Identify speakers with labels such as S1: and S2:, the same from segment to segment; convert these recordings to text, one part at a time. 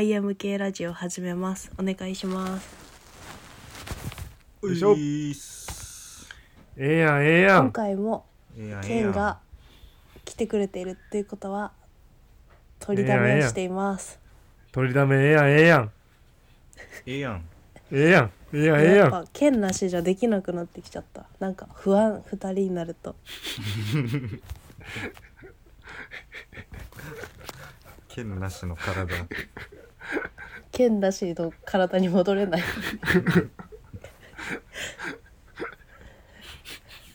S1: YMK ラジオ始めますお願いします
S2: よいし
S3: う
S2: ょ
S3: いっす
S2: ええやんええや
S1: 今
S2: ん
S1: 回も
S3: ええやんええ
S1: ケ
S3: や
S1: ン
S3: ん
S1: が来てくれているっていうことは取りだめをしています
S2: 取りだめええやんええやん
S3: ええやん
S2: ええやんええやんええや
S1: やっ
S2: ん
S1: ぱケンなしじゃできなくなってきちゃったなんか不安二人になると
S3: 剣なしの体
S1: ケンなしの体に戻 れない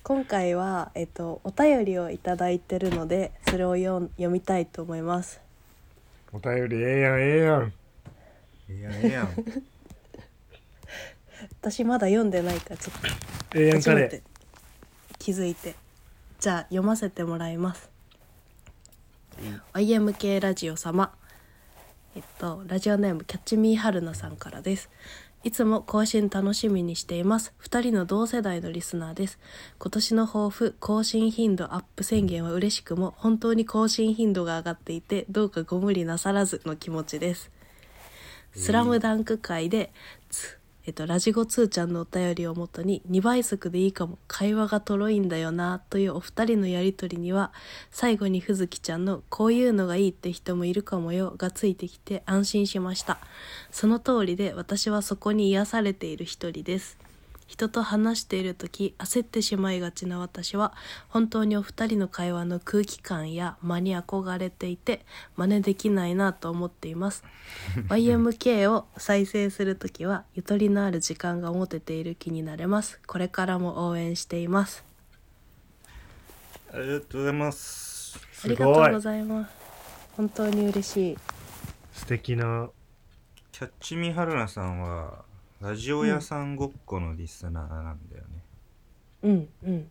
S1: 今回は、えっと、お便りをいただいてるのでそれを読ん読みたいと思います
S2: お便りええやんええや
S3: え
S2: ん
S3: えやんええやん
S1: 私まだ読んでないからちょっと
S2: ええやん
S1: 初
S2: カレ
S1: め
S2: ー
S1: て気づいてじゃあ読ませてもらいます IMK ラジオ様えっとラジオネームキャッチミーハルナさんからですいつも更新楽しみにしています2人の同世代のリスナーです今年の抱負更新頻度アップ宣言は嬉しくも本当に更新頻度が上がっていてどうかご無理なさらずの気持ちですスラムダンク界で、つえっと、ラジゴツーちゃんのお便りをもとに2倍速でいいかも会話がとろいんだよなというお二人のやりとりには最後にふずきちゃんの「こういうのがいいって人もいるかもよ」がついてきて安心しましたその通りで私はそこに癒されている一人です人と話している時焦ってしまいがちな私は本当にお二人の会話の空気感や間に憧れていて真似できないなと思っています YMK を再生する時はゆとりのある時間が持てている気になれますこれからも応援しています
S3: ありがとうございます
S1: あ
S2: す
S1: りがと
S2: ご
S1: うご
S2: い
S1: ざいます本当に嬉しい
S2: 素敵な
S3: キャッチミハルナさんはラジオ屋さんごっこのリスナーなんだよね、
S1: うんうん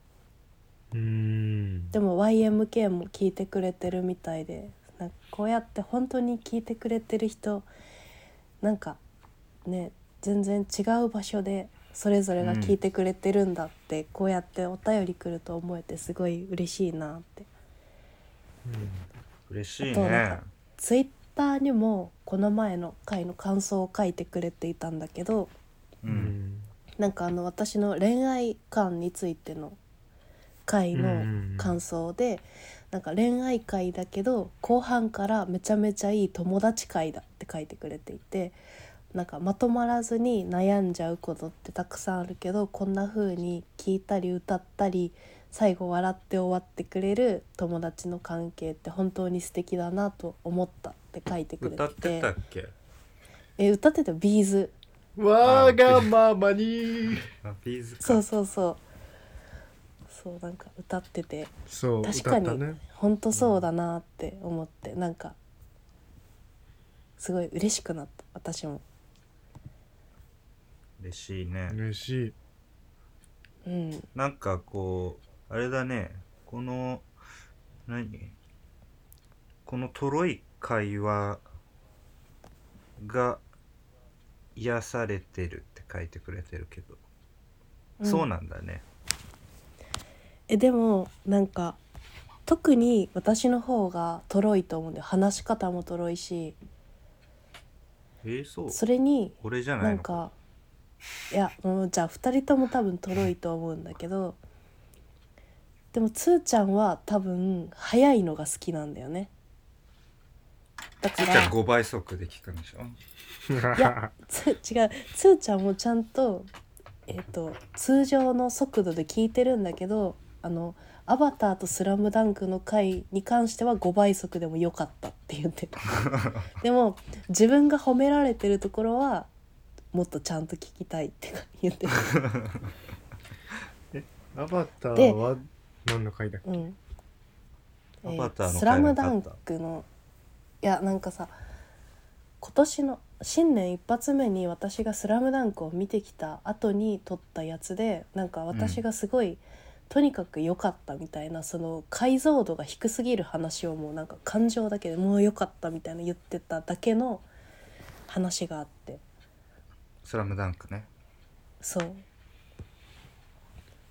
S2: うーん
S1: でも YMK も聞いてくれてるみたいでなんかこうやって本当に聞いてくれてる人なんかね全然違う場所でそれぞれが聞いてくれてるんだって、こうやってお便り来ると思えてすごい嬉しいなって
S3: 嬉しい
S1: あとなん
S3: ね
S1: かツイッターにもこの前の回の感想を書いてくれていたんだけど
S3: う
S2: うんん
S1: なんかあの私の恋愛観についての回の感想で、なんか恋愛会だけど後半からめちゃめちゃいい友達会だって書いてくれていてなんかまとまらずに悩んじゃうことってたくさんあるけどこんな風に聞いたり歌ったり最後笑って終わってくれる友達の関係って本当に素敵だなと思ったって書いてくれて
S3: 歌ってたっけ
S1: え歌ってたビーズ
S2: わがままに
S3: あビーズか
S1: そうそうそうそうなんか歌ってて
S2: そう
S1: 確
S2: 歌
S1: か
S2: った
S1: に、
S2: ね
S1: 本当そうだなって思って、なんかすごい嬉しくなった私も
S3: 嬉しいね、
S2: 嬉しい
S1: うん
S3: なんかこうあれだねこの何このとろい会話が癒されてるって書いてくれてるけど、そうなんだね
S1: えでもなんか特に私の方がとろいと思うんだよ話し方もとろいし
S3: えー、そう
S1: それに
S3: 俺じゃな
S1: ないん
S3: のか
S1: かいやもうじゃあ2人とも多分とろいと思うんだけどでもつーちゃんは多分早いのが好きなんだよねだか
S3: じゃあ
S1: ら
S3: 5倍速で聞くんでしょ
S1: やつ 違うつーちゃんもちゃんと,、えー、と通常の速度で聞いてるんだけどあの「アバターとスラムダンクの回に関しては5倍速でも良かったって言ってたでも自分が褒められてるところはもっとちゃんと聞きたいって言ってる、
S2: アバター
S1: で
S2: は何の回だっけ
S1: うんえー
S3: アバターの回
S1: スラムダンクのいやなんかさ今年の新年一発目に私が「スラムダンクを見てきた後に撮ったやつでなんか私がすごい、とにかく良かったみたいなその解像度が低すぎる話をもうなんか感情だけでもう良かったみたいな言ってただけの話があって
S3: スラムダンクね
S1: そう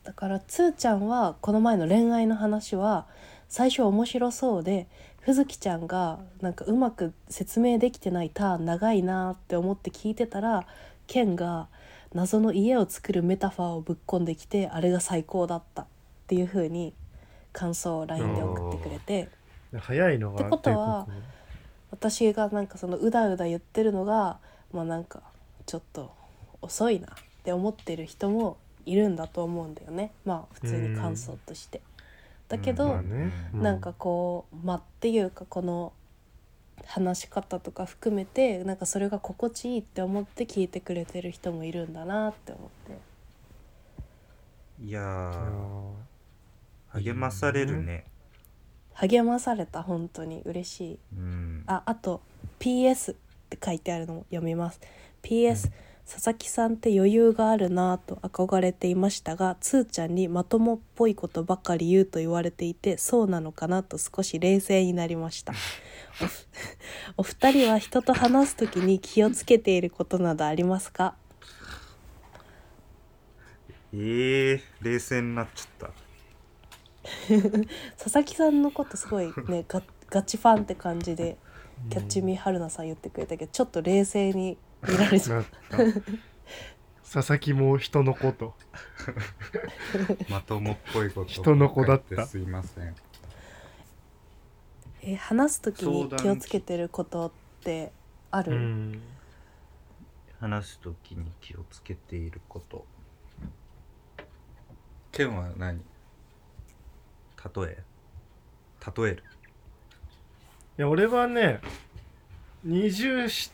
S1: だからつーちゃんはこの前の恋愛の話は最初面白そうでふずきちゃんがなんかうまく説明できてないターン長いなって思って聞いてたらケンが謎の家を作るメタファーをぶっ込んできてあれが最高だったっていう風に感想を LINE で送ってくれて
S2: 早いのが
S1: ってことは私がなんかそのうだうだ言ってるのがまあなんかちょっと遅いなって思ってる人もいるんだと思うんだよねまあ普通に感想として。だけど、
S3: うん
S2: まあねう
S1: なんかこう間っていうかこの話し方とか含めてなんかそれが心地いいって思って聞いてくれてる人もいるんだなって思って
S3: いや
S2: いや
S3: ー
S2: ー
S3: 励まされるね
S1: 励まされた本当に嬉しい
S3: うん
S1: ああと「PS」って書いてあるのも読みます「PS、
S3: うん
S1: 佐々木さんって余裕があるなぁと憧れていましたがつーちゃんにまともっぽいことばかり言うと言われていてそうなのかなと少し冷静になりました おお 二人は人と話す時に気をつけていることなどありますか
S3: ええ冷静になっちゃっ
S1: 佐々木さんのことすごい ねガガチファンって感じでキャッチミー春菜さん言ってくれたけどちょっと冷静に見られちゃう
S2: な 佐々木も人のこと
S3: たまともっぽいこと
S2: 人の子だっ
S3: ばかり
S2: た
S3: ですいません
S1: えー話す時に
S3: 相談
S1: 気をつけてることってあ
S2: う
S1: る、
S2: ん
S3: 話すときに気をつけていることケンは何例え例える
S2: いや俺はね20し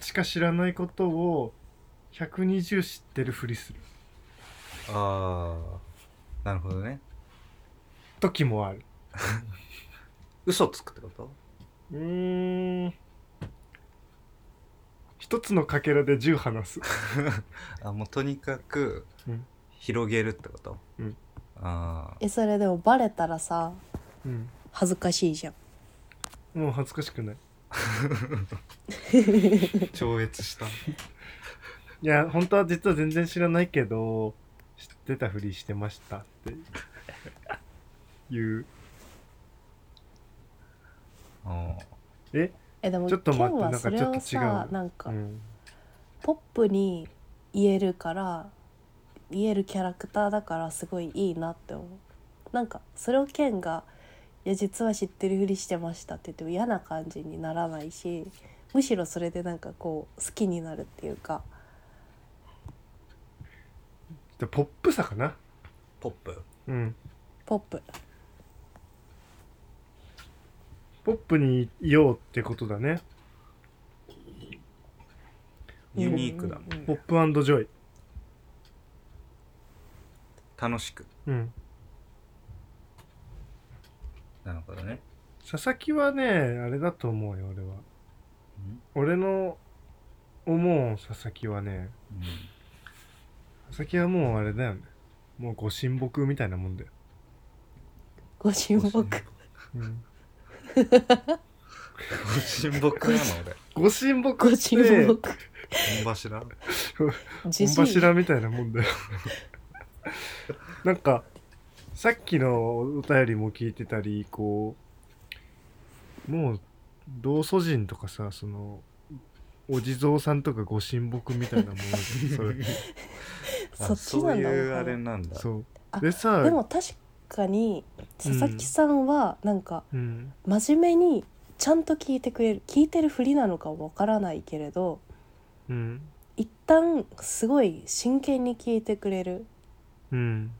S2: しか知らないことを120知ってるふりする
S3: ああなるほどね
S2: 時もある
S3: 嘘つくってこと
S2: うーん一つのかけらで10話す
S3: あもうとにかく
S2: うん
S3: 広げるってこと、
S2: うん
S3: ああ
S1: えそれでもバレたらさ
S2: うん
S1: 恥ずかしいじゃん
S2: もう恥ずかしくない
S3: 超越した
S2: いや本当は実は全然知らないけど知ってたふりしてましたっていう
S3: あ
S2: え
S1: えでも
S2: ちょっと待って
S1: ケンはそれ
S2: なん
S1: を
S2: かちょっと違う
S1: さなんか
S2: うん
S1: ポップに言えるから言えるキャラクターだからすごいいいなって思うなんかそれをケンが「いや実は知ってるふりしてました」って言っても嫌な感じにならないしむしろそれでなんかこう好きになるっていうか
S2: でポップさかな
S3: ポップ
S2: うん
S1: ポップ
S2: ポップにいようってことだね
S3: ユニークだもん、
S1: うんうんうん
S2: ポップジョイ
S3: 楽しく
S2: うん
S3: なるほどね、
S2: 佐々木はねあれだと思うよ俺は
S3: うん
S2: 俺の思う佐々木はね
S3: うん
S2: 佐々木はもうあれだよねもうご神木みたいなもんだよ、
S1: ご注目
S2: うん、
S3: ご神木なの俺
S2: ご神木
S1: ご
S2: って
S1: 注目
S3: 本柱
S1: 自
S2: 本柱みたいなもんだよ なんかさっきのお便りも聞いてたりこうもう同祖人とかさそのお地蔵さんとかご神木みたいなものじゃんそれ
S1: そ
S3: あ
S1: っちなんだ
S3: そういう
S1: もは
S3: あ
S1: や
S3: れなんだ
S2: そう
S1: あ
S2: でさ
S1: でも確かに佐々木さんはなんか
S2: うん、
S1: 真面目にちゃんと聞いてくれる聞いてるふりなのかわからないけれど
S2: うん
S1: 一旦すごい真剣に聞いてくれる
S2: うん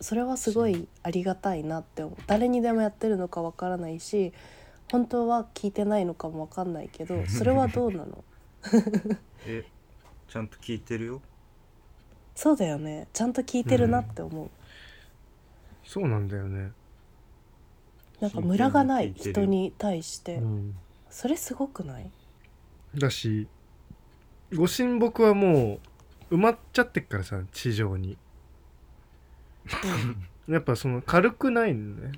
S1: それはすごいありがたいなって思う誰にでもやってるのかわからないし本当は聞いてないのかもわかんないけ どそれはどうなの
S3: えちゃんと聞いてるよ
S1: そうだよねちゃんと聞いてるなって思う、
S2: そうなんだよね、
S1: なんかムラがない
S3: 真剣に聞いてる
S1: 人に対して、
S2: うん、
S1: それすごくない
S2: だしご神木はもう埋まっちゃってっからさ地上 にやっぱその軽くないのね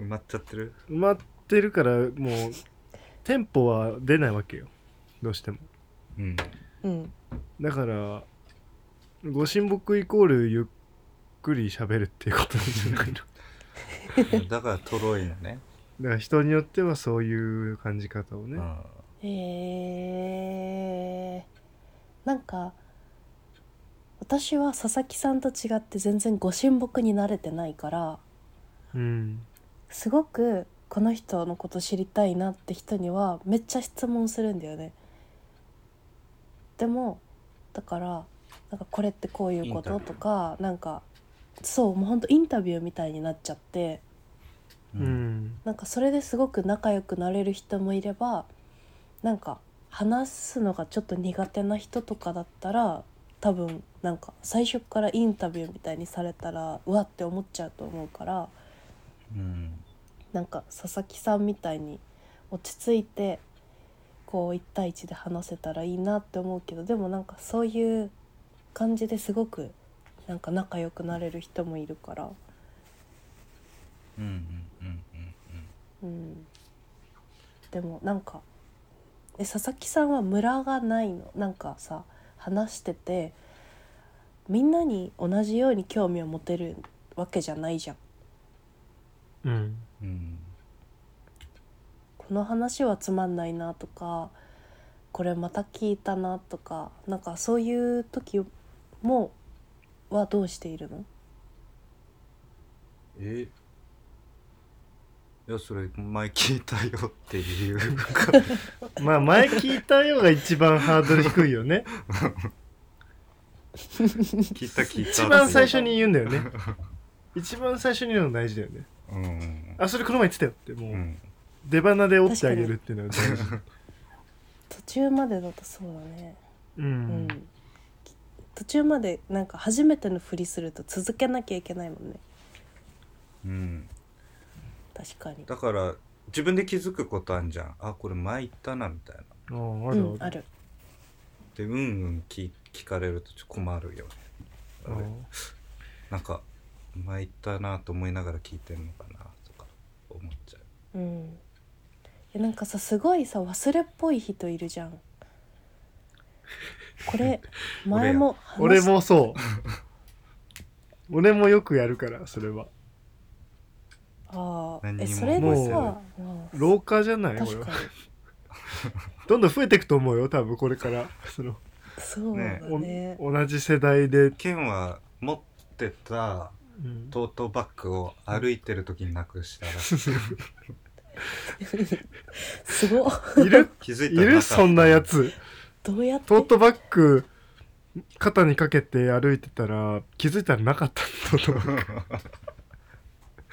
S3: 埋まっちゃってる
S2: 埋まってるからもうテンポは出ないわけよどうしても
S3: うん
S1: うん
S2: だからご神木イコールゆっ くり喋るっていうことなんじゃないの
S3: だからとろいのね
S2: だから人によってはそういう感じ方をね、
S3: うん
S1: へえなんか私は佐々木さんと違って全然ご神木に慣れてないから
S2: うん、
S1: すごくこの人のこと知りたいなって人にはめっちゃ質問するんだよねでもだからなんかこれってこういうこ
S3: イ
S1: と
S3: ンタビュー
S1: とかなんかそうもうほんとインタビューみたいになっちゃって
S2: うん
S1: なんかそれですごく仲良くなれる人もいればなんか話すのがちょっと苦手な人とかだったら多分なんか最初からインタビューみたいにされたらうわって思っちゃうと思うから
S3: うん
S1: なんか佐々木さんみたいに落ち着いてこう1対1で話せたらいいなって思うけどでもなんかそういう感じですごくなんか仲良くなれる人もいるから、
S3: うんうんうん
S1: う
S3: うん
S1: ん、でもなんかえ佐々木さんはムラがないのなんかさ話しててみんなに同じように興味を持てるわけじゃないじゃん。
S2: うん
S3: うんうん
S1: この話はつまんないなとかこれまた聞いたなとかなんかそういう時もはどうしているの
S3: えいやそれ前聞いたよっていうか
S2: まあ前聞いたよが一番ハードル低いよね
S3: 聞いた聞いた
S2: 一番最初に言うんだよね一番最初に言うの大事だよね
S3: うん
S2: あそれこの前言ってたよって
S3: う
S2: もうん出花で折ってあげるっていうのは大事、
S1: 途中までだとそうだね、
S2: う
S1: うん
S2: ん、
S1: き途中までなんか初めてのふりすると続けなきゃいけないもんね
S3: うん
S1: 確かに
S3: だから自分で気づくことあんじゃんあこれ前言ったなみたいな
S2: あああ
S1: う
S2: る
S1: んある
S3: でうんうん聞聞かれるとちょっと困るよね
S2: ある
S3: なんか前言ったなと思いながら聞いてんのかなとか思っちゃう
S1: うんいやなんかさすごいさ忘れっぽい人いるじゃんこれ前も話し
S2: 俺もそう俺もよくやるからそれは
S1: ああ
S3: 何
S1: え
S3: にも
S1: それでさ
S2: も
S1: うん
S2: 老化じゃない俺
S1: 確
S2: は
S1: かに
S2: どんどん増えていくと思うよ多分これからその
S1: そうだ
S2: お
S1: ね
S2: 同じ世代で、
S3: ケンは持ってた
S2: うん
S3: トートバッグを歩いてる時になく したらしい
S1: すごっ
S2: いる
S3: 気 づい
S2: い
S3: たらか
S2: る
S3: った
S2: そんなやつ
S1: どうやって
S2: トートバッグ肩にかけて歩いてたら気づいたらなかったトートバッグ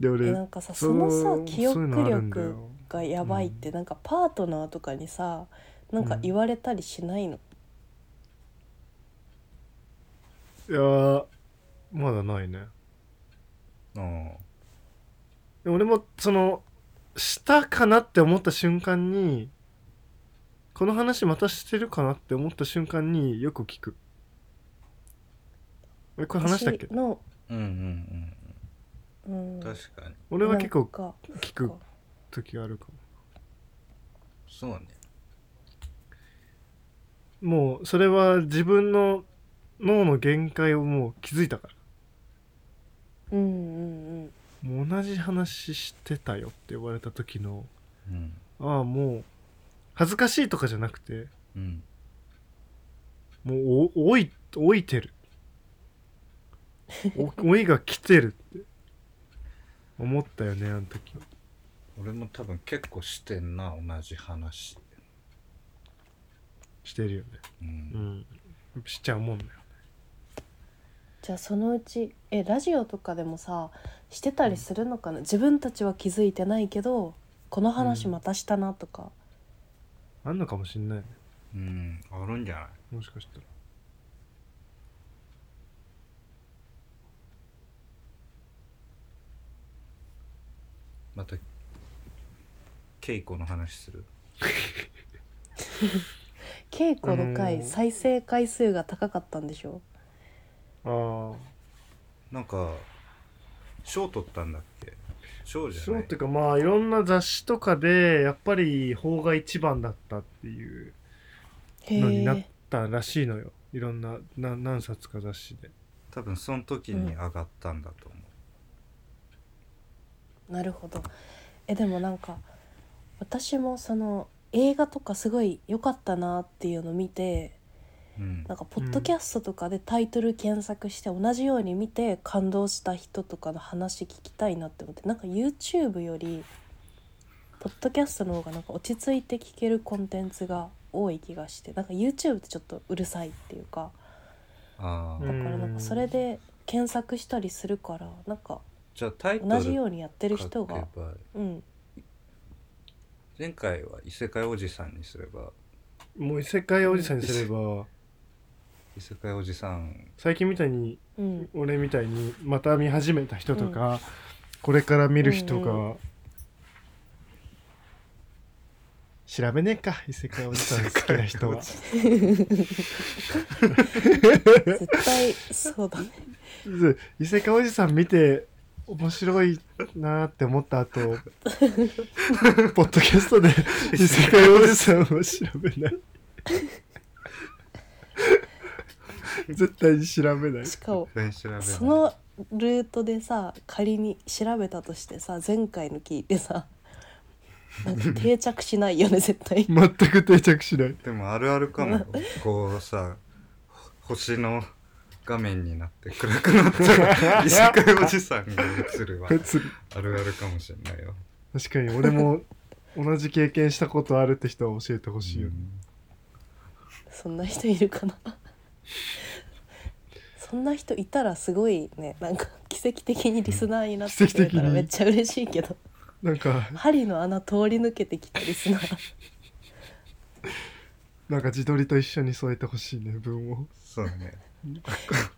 S2: で
S1: え
S2: 俺
S1: なんかさそのさ記
S2: そうい
S1: 憶
S2: うのあるんだ
S1: 力
S2: よ
S1: がやばいって、なんかパートナーとかにさなんか言われたりしないの、
S2: いやーまだないね
S3: うん
S2: で俺もそのしたかなって思った瞬間にこの話またしてるかなって思った瞬間によく聞くえこれ話したっけ
S1: 私の、
S3: うんうん
S1: うん、
S3: うん確かに
S1: こ
S2: 俺は結構
S1: 聞
S2: 聞く時あるか
S3: そうね
S2: ももうそれは自分の脳の限界をもう気づいたから
S1: うんうんうん
S2: もう同じ話してたよって言われた時の
S3: うん
S2: ああもう恥ずかしいとかじゃなくて
S3: うん
S2: もうお老い老いてるお 老いが来てるって思ったよねあの時
S3: 俺も多分結構してんな同じ話
S2: してるよね
S3: う、
S2: うんんしちゃうもんだよ
S1: じゃあそのうちえラジオとかでもさしてたりするのかな、自分たちは気づいてないけどこの話またしたなとか、
S2: あんのかもしんないね
S3: うん、あるんじゃない
S2: もしかしたら
S3: また稽古の話する
S1: 稽古の
S2: あ
S1: 回
S2: のー
S1: 再生回数が高かったんでしょ
S2: ああ
S3: なんか賞取ったんだっけ賞じゃ
S2: そう
S3: な
S2: っ
S3: い
S2: ていうかまあいろんな雑誌とかでやっぱり法が一番だったっていう
S1: へ
S2: のになっ
S1: え
S2: たらしいのよいろんなな何冊か雑誌で
S3: 多分その時に上がったんだと思う、
S1: なるほどえでもなんか私もその映画とかすごい良かったなっていうの見て
S3: うん
S1: なんかポッドキャストとかでタイトル検索して同じように見て感動した人とかの話聞きたいなって思ってなんか YouTube よりポッドキャストの方がなんか落ち着いて聞けるコンテンツが多い気がしてなんか YouTube ってちょっとうるさいっていうか
S3: ああ、
S1: だからなん
S2: う
S1: か
S2: ん
S1: それで検索したりするからなんか
S3: じゃあタイトル
S1: 同じようにやってる人
S3: 書
S1: が
S3: けば
S1: うん
S3: 前回は異世界おじさんにすれば
S2: もう異世界おじさんにすれば
S3: 異世界おじさん
S2: 最近みたいに
S1: うん
S2: 俺みたいにまた見始めた人とか、これから見る人が、
S1: うん
S2: 調べねえか異世界おじさん好きな人
S3: 異
S2: は
S1: 絶対そうだね
S2: ず異世界おじさん見て面白いなーって思った 後ポッドキャストで異世界おじさんを調べない絶対に調べない
S1: しかも
S3: 絶対調べない
S1: そのルートでさ仮に調べたとしてさ前回の聞いてさなんか定着しないよね絶対
S2: 全く定着しない
S3: でもあるあるかもよこうさほ星の画面になって暗くなった ら異世界おじさんが映るわ
S2: 別に
S3: あるあるかもしれないよ
S2: 確かに俺も同じ経験したことあるって人は教えてほしいよね、
S1: そんな人いるかなそんな人いたらすごいねなんか奇跡的にリスナーになってくれ
S2: 奇
S1: た
S2: 跡的
S1: ら
S2: に
S1: めっちゃ嬉しいけど
S2: なんか
S1: 針の穴通り抜けてきたリスナー
S2: なんか自撮りと一緒に添えてほしいね文を
S3: そうね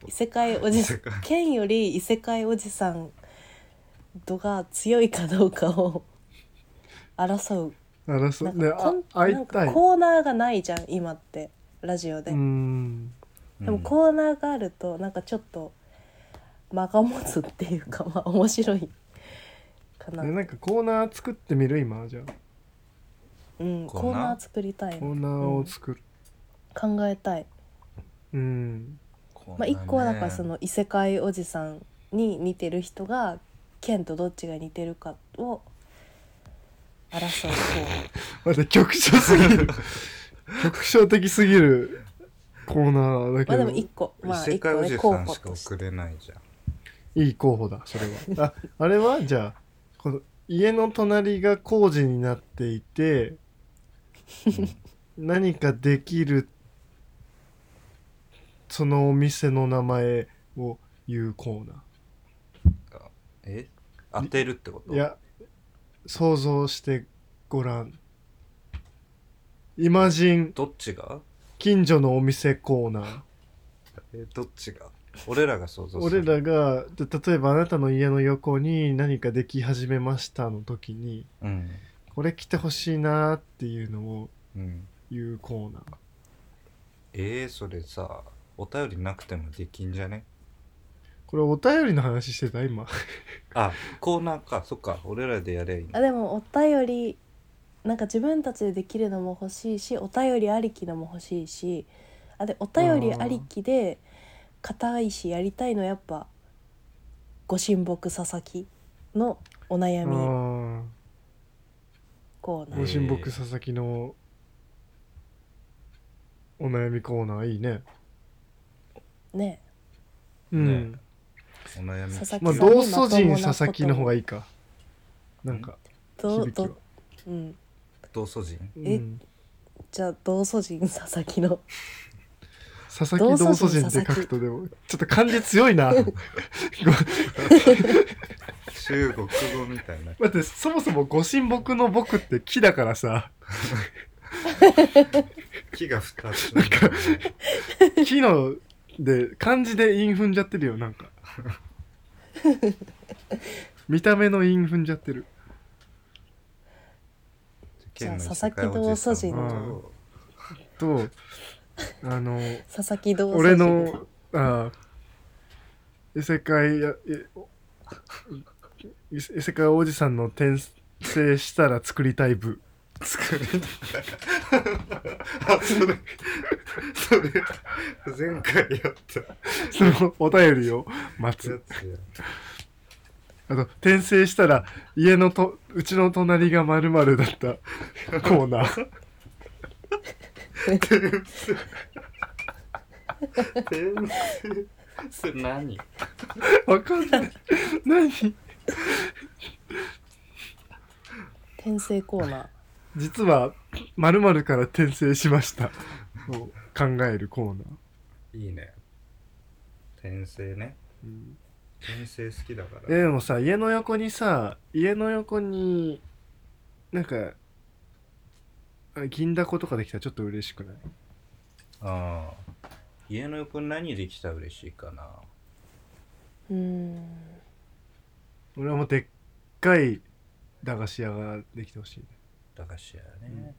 S1: 異世界おじさん
S3: 異世界
S1: 県より異世界おじさん度が強いかどうかを争う
S2: 争
S1: な
S2: うん
S1: かコ
S2: ねあ
S1: ン
S2: 会
S1: なん
S2: いた
S1: か
S2: い
S1: コーナーがないじゃん今ってラジオで、
S2: うん
S1: でもコーナーがあるとなんかちょっと間が持つっていうかまあ面白いかな、
S2: ねなんかコーナー作ってみる今じゃあ
S1: うん、
S3: コ
S1: コ
S3: ーナー
S1: ーナー作りたい
S2: コー
S1: な
S2: ナーを作る
S1: 考えたい、
S2: うん、
S3: コー
S1: ま
S3: ナ
S1: あ、
S3: ーね
S1: 1個はだからその異世界おじさんに似てる人が県とどっちが似てるかを争うコーナー
S2: まだ局所すぎ る局所的すぎるコーナーだけ
S1: まあ
S2: ど、
S1: でも一個、まあ
S3: 異世
S1: 一
S3: 界
S1: 個
S3: お
S1: ね
S3: じ
S1: 候
S3: さん
S1: 補
S3: しか
S1: として
S3: 送。れないじゃ ん
S2: いい候補だそれはああれはじゃあこの家の隣が工事になっていて何かできるそのお店の名前を言うコーナ
S3: え当てるってこと
S2: ーいや想像してごらんイマジン
S3: どっちが
S2: 近所のお店コーナー
S3: えどっちが俺らが想像する
S2: 俺らがで例えばあなたの家の横に何かでき始めましたの時に
S3: うん
S2: これ来てほしいなーっていうのを
S3: うん
S2: いうコーナー
S3: えー、それさお便りなくてもできんじゃね
S2: これお便りの話してた今
S3: あコーナーかそっか俺らでやればいいの
S1: あでもお便りなんか自分たちでできるのも欲しいしお便りありきのも欲しいしあでお便りありきで硬いしやりたいのはやっぱご神木佐々木のお
S2: あ
S1: 悩み
S2: ー
S1: コーナ
S2: ご
S1: ー。
S2: 神木佐々木のお悩みコーナーいいね
S1: ね
S2: うん、
S3: ねお悩み
S1: 佐々木
S2: まあ
S1: さんに
S2: 同祖人
S1: まともなことを
S2: 佐々木の方がいいかなんか
S1: ど
S2: 響きは
S1: ど、うん、
S3: 同祖人
S2: う
S1: え
S2: ん、
S1: じゃあ同祖人佐々木の
S2: 佐々木同祖人って書くと でもちょっと漢字強いなご
S3: 中国語みたいな
S2: 待ってそもそもご神木の僕って木だからさ
S3: 木が2つなんか
S2: 木ので漢字で韻踏んじゃってるよなんか見た目の韻踏んじゃってる
S1: じゃあ佐々木同祖人
S2: ととあの
S1: 佐々木同祖人
S2: 俺のあー異世界やえお異世異世界おじさんの転生したら作りたい部
S3: 作りたいあそれ それ前回やった
S2: そのお便りを待
S3: や
S2: つ
S3: つや
S2: あと転生したら家のとうちの隣がまるまるだったコーナー
S3: 転生 それ何
S2: わかんない何
S1: 転生コーナー
S2: 実はまるまるから転生しましたを考えるコーナー、
S3: いいね転生ね
S2: うん
S3: 転生好きだか
S2: え
S3: ら
S2: でもさ家の横にさ家の横になんかあ銀だことかできたらちょっと嬉しくない
S3: ああ家の横に何できたら嬉しいかな
S1: うーん
S2: 俺はもうでっかい駄菓子屋ができてほしいね
S3: 駄菓子屋ね、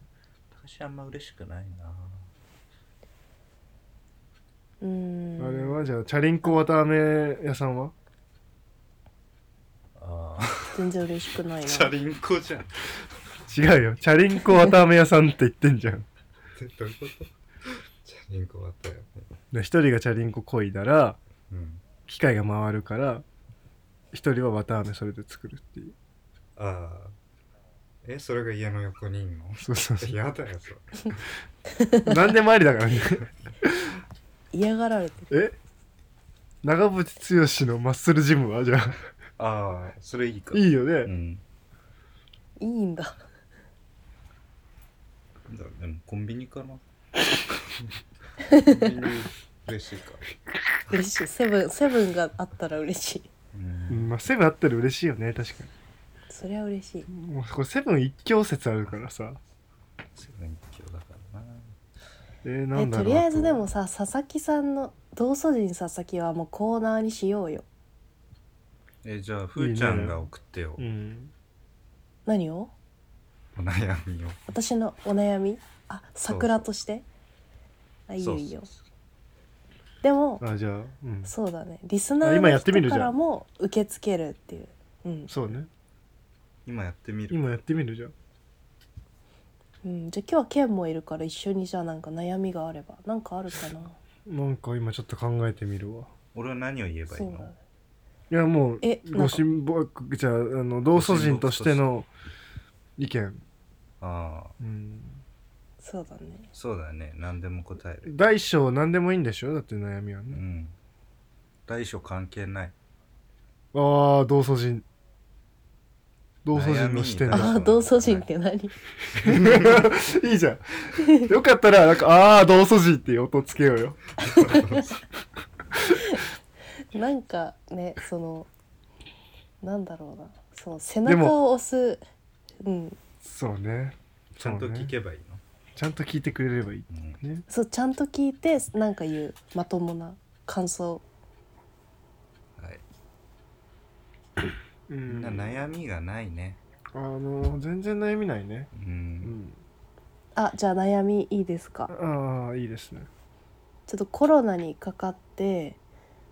S3: 駄菓子屋あんま嬉しくないな
S1: うーん
S2: あれはじゃあチャリンコ綿あめ屋さんは
S3: ああ
S1: 全然嬉しくないな
S3: チャリンコ じゃん。
S2: 違うよチャリンコ綿あめ屋さんって言ってんじゃん
S3: どういうことチャリンコあったよね。
S2: で一人がチャリンコこいだら
S3: うん。
S2: 機械が回るから一人は綿あめそれで作るっていう
S3: ああ。え、それが家の横にいんの
S2: そうそうそ
S3: やだよ、それ。
S2: う 何でもありだからね
S1: 嫌がられてる
S2: え長渕剛のマッスルジムはじゃ あ
S3: ああ、それいいか。
S2: いいよ
S3: う
S2: ね、
S3: ん。
S1: いいんだ
S3: だでもコンビニ かな。コンビニ嬉しいか。
S1: 嬉しいセブンセブンがあったら嬉しい
S3: うん
S2: うんまあ、セブンあったら嬉しいよね確か
S1: そりゃ嬉しい
S2: にもうこれセブン一強説あるからさ
S3: それが一興だからな。
S2: えー、な
S1: え
S2: んだ
S1: と
S2: ろう
S1: りあえずでもさ佐々木さんの同祖人佐々木はもうコーナーにしようよ
S3: え、じゃあ、ふーちゃんが送ってよ。
S2: うん
S1: 何を
S3: お悩みを。
S1: 私のお悩みあ桜としてあいいよいいよ
S3: そうそう
S1: でも
S2: あじゃあうん
S1: そうだねリスナー
S2: 今
S1: の
S2: やってみる
S1: 人
S2: じ
S1: か
S2: ゃん
S1: らも受け付けるっていううん、
S2: そうね
S3: 今やってみる。
S2: 今やってみるじゃん
S1: うん、じゃあ今日はケンもいるから一緒にじゃあなんか悩みがあればなんかあるかな
S2: なんか今ちょっと考えてみるわ
S3: 俺は何を言えばいい
S1: そうだね
S3: の
S2: いやもう
S1: えなんか
S2: ご辛抱じゃああの同祖人としての意見、
S3: ああ、
S2: うん、
S1: そうだね
S3: そうだね。何でも答える。
S2: 大小何でもいいんでしょだって悩みは
S3: う
S2: ね、
S3: ん。大小関係ない。
S2: ああ同祖人同祖人の視点
S3: 悩みに
S2: だ
S1: ああ同祖人って何
S2: いいじゃんよかったらなんか「ああ同祖人」っていう音つけようよ
S1: なんかねそのなんだろうなその背
S2: で
S1: 中
S2: も
S1: を押すうん
S2: そうね
S3: ちゃんと
S2: そうね
S3: 聞けばいいの。
S2: ちゃんと聞いてくれればいい
S3: うん
S2: ね
S1: そうちゃんと聞いてなんか言うまともな感想
S3: はい、
S2: う
S3: みん
S2: ん
S3: な悩みがないね。
S2: あの全然悩みないね
S3: う。
S2: うんん
S1: あじゃあ悩みいいですか
S2: ああいいですね
S1: ちょっとコロナにかかって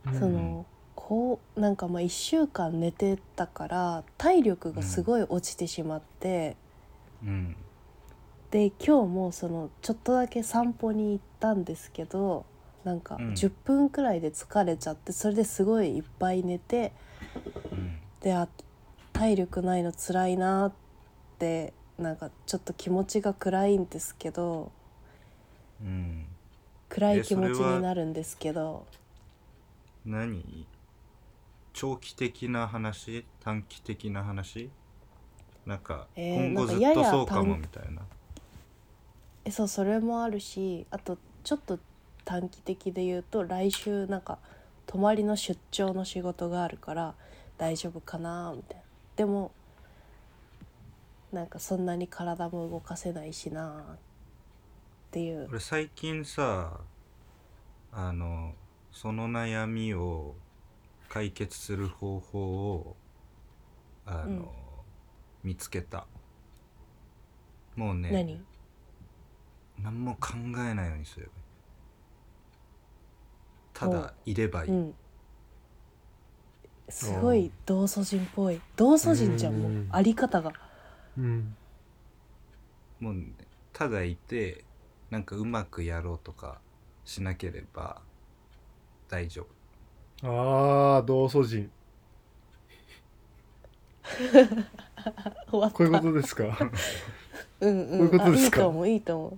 S2: うん
S1: そのこうなんかまあ1週間寝てたから体力がすごい落ちてしまって、
S3: うん。
S1: で今日もそのちょっとだけ散歩に行ったんですけどなんか
S3: うん
S1: 10分くらいで疲れちゃってそれですごいいっぱい寝て
S3: うん。
S1: であ体力ないの辛いなってなんかちょっと気持ちが暗いんですけど
S3: うん。
S1: 暗い
S3: え
S1: 気
S3: それ
S1: 持
S3: は
S1: ちになるんですけど
S3: 何長期的な話短期的な話なんか、
S1: えー
S3: 今後ずっ
S1: なんか
S3: と
S1: やや
S3: そうかも
S1: 短
S3: みたいな。
S1: えそうそれもあるしあとちょっと短期的で言うと来週なんか泊まりの出張の仕事があるから大丈夫かなみたいなでもなんかそんなに体も動かせないしなっていう
S3: 俺最近さ、あの、その悩みを解決する方法を、あの、
S1: うん
S3: 見つけた。もうね、
S1: 何
S3: 何も考えないようにすればいいた
S1: お
S3: だいればいい、
S1: うんすごい同祖人っぽい同祖人じゃんも
S2: う
S1: うんあり方が
S2: うん
S3: もうね、ただいてなんかうまくやろうとかしなければ大丈夫
S2: ああ同祖人
S1: 終わった
S2: こういうことで すか
S1: うんうん
S2: こういうことですか
S1: あいいと思ういいと思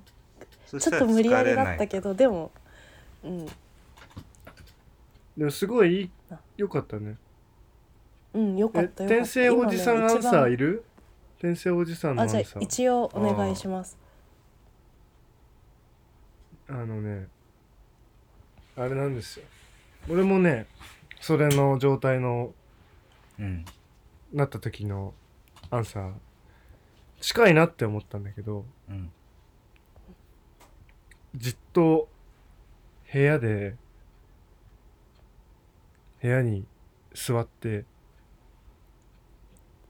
S3: そうし
S1: ちょ
S3: た
S1: っ
S3: ら
S1: と無理や
S3: 疲
S1: り
S3: れ
S1: だ
S3: な
S1: っ
S3: い
S1: たけどでもうん
S2: でもすごいいいよかったね
S1: うんよか
S2: え
S1: ったよかった
S2: 転生おじさん
S1: 今
S2: ア
S1: ね
S2: ンサー
S1: 一
S2: いる転生おじさん
S1: 番
S2: のア
S1: あ
S2: ン
S1: じ
S2: サ
S1: ゃあ
S2: ー
S1: 一応お願いします
S2: あのねあれなんですよ俺もねそれの状態の
S3: うん
S2: なった時のアンサー近いなって思ったんだけど
S3: うん
S2: じっと部屋で部屋に座って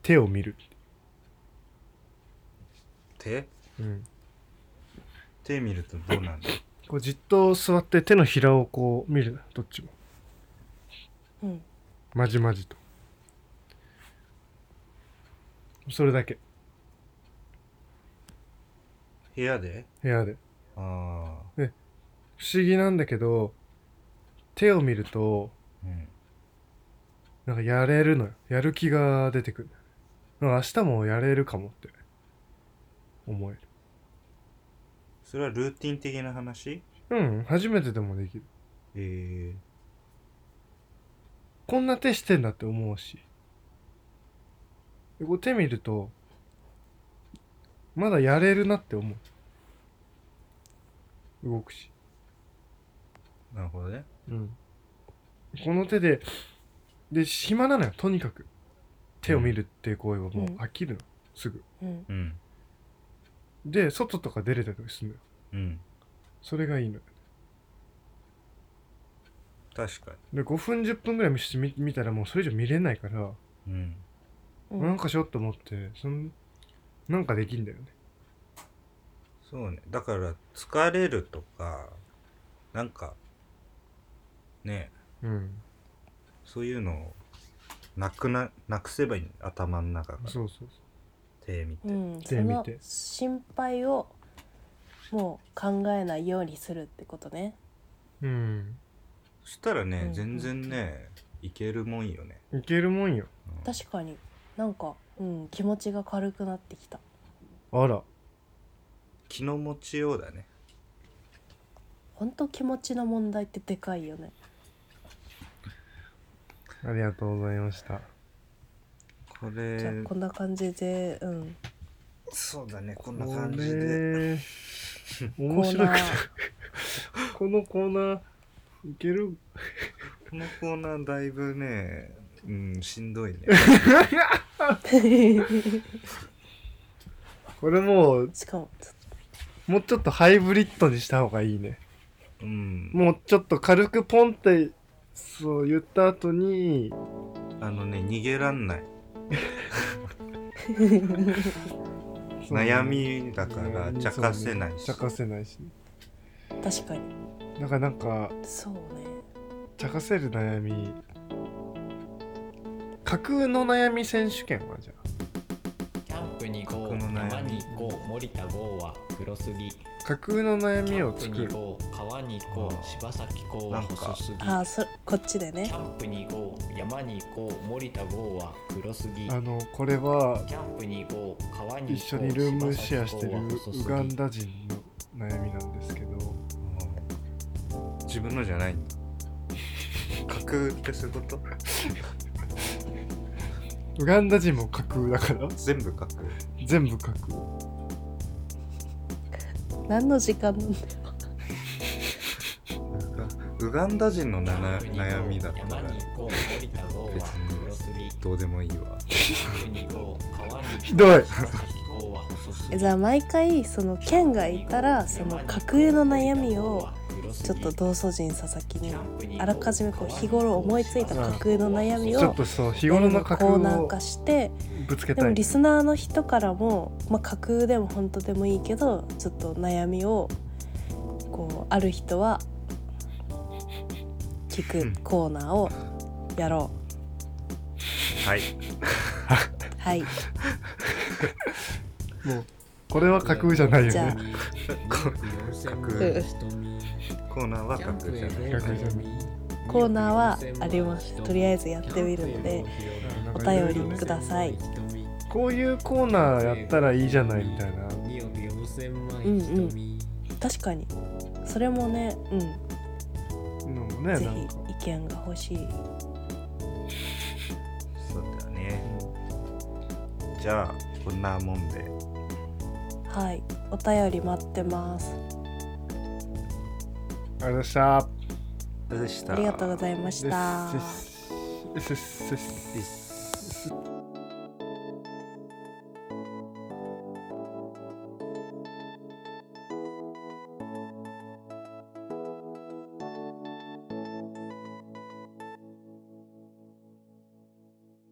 S2: 手を見る、
S3: 手
S2: うん、
S3: 手見るとどうなんだ
S2: こうじっと座って手のひらをこう見るどっちも
S1: うん
S2: まじまじとそれだけ
S3: 部屋で
S2: 部屋で
S3: ああ
S2: 不思議なんだけど手を見ると
S3: うん
S2: なんかやれるのよやる気が出てくるなんか明日もやれるかもって思える
S3: それはルーティン的な話
S2: うん初めてでもできる
S3: ええ
S2: こんな手してんだって思うしでこう手見るとまだやれるなって思う動くし、
S3: なるほどね
S2: うん、この手でで暇なのよとにかく手を見るっていう行為はもう
S1: うん
S2: 飽きるの、すぐ
S1: うん
S3: うん
S2: で外とか出れたりするのよ
S3: うん
S2: それがいいのよ
S3: 確か
S2: で5分10分ぐらい見してみ見たらもうそれ以上見れないから、
S3: にうん
S1: うん
S2: なんかしようと思ってそのなんかできんだよね
S3: そうねだから疲れるとかなんかね
S2: うん
S3: そういうのをなくななくせばいいの頭の中から
S2: そうそうそう
S3: 手見て、
S1: うん、そ
S2: 手見
S1: の
S2: て
S1: 心配をもう考えないようにするってことね
S2: うん
S3: そしたらね、
S1: うん
S3: 全然ねいけるもんよね、
S2: いけるもんよ
S3: うん
S1: 確かになんか、うん、気持ちが軽くなってきた
S2: あら
S3: 気の持ちようだね
S1: ほんと気持ちの問題ってでかいよね
S2: ありがとうございました
S3: こ
S1: じゃあ
S3: れ
S1: こんな感じで、うん、
S3: そうだねこ
S2: こ
S3: んな感じで
S2: れ面白くないこのコーナーいける
S3: このコーナーだいぶねうんしん どいね
S2: これもう
S1: しかも
S2: もうちょっとハイブリッドにした方がいいね
S3: うん
S2: もうちょっと軽くポンってそう言った後に
S3: あのね逃げらんない
S2: そうね
S3: 悩みだから
S2: うん
S3: 茶化せないし
S2: そうね茶化せないしね
S1: 確かに
S2: だからなんか
S1: そうね
S2: 茶化せる悩み架空の悩み選手権はじゃ
S4: キャンプに行こ
S3: 僕
S4: う、
S3: の悩み
S4: 山に行こう、森田剛は黒すぎ。
S2: あ架空の悩
S4: キ
S2: み
S4: ャン
S2: を
S4: プ
S2: 作
S4: に行
S2: る
S4: こう、川に行こ
S3: あー
S4: う、柴咲コウは細すぎ。キ
S1: ああそこっちでね
S4: ャンプに行こう、山に行こう、森田剛は黒すぎ。キ
S2: あのこれは
S4: ャンプに行こう、川に行こう。
S2: 一緒にルームシェアしてる
S4: 柴咲コウは細すぎ
S2: ウガンダ人の悩みなんですけど
S3: うん自分のじゃないんだ架空ってそういうこと
S2: ウガンダ人も架空だから
S3: 全部架空
S2: 全部架空
S1: 何の時間なんだ
S3: ウガンダ人の
S4: キャ
S3: な
S4: ンプに行こう
S3: 悩みだったら
S4: 山に行こう、森田剛は黒すぎ。キ
S3: どうでもいいわ
S4: ャンプに行こう、川に行こう。
S2: ひどい
S4: 柴咲コウは細すぎ
S1: えじゃあ毎回そのケンがいたらその架空の悩みをちょっと同窓人佐々木にあらかじめこう日頃思いついた架空の悩み
S2: ち
S1: を
S2: ょっとそう日頃の架空
S1: コーナー
S2: を
S1: 化して
S2: ぶつけ
S1: で
S2: た
S1: も
S2: い
S1: リスナーの人からも、まあ、架空でも本当でもいいけどちょっと悩みをこうある人は聞
S3: うん
S1: くコーナーをやろう。
S3: はい
S1: はい、
S2: もうこれは架空じゃないよ
S1: じゃ
S2: ね
S1: あ
S3: 架空コーナーは架空じゃない
S2: 架空じゃない
S1: コーナーはありますとりあえずやってみるので
S2: なん
S1: お
S2: かいろいろね
S1: 便りください
S2: こういうコーナーやったらいいじゃないみたいな
S1: うんうん確かにそれもねうん
S2: のもねなん
S1: ぜ
S2: か
S1: ひ意見が欲しい
S3: そうだよねじゃあこんなもんで
S1: はいお便り待ってます
S2: ありがとうございました
S3: どうでした
S1: ありがとうございました
S2: ですですですです
S3: です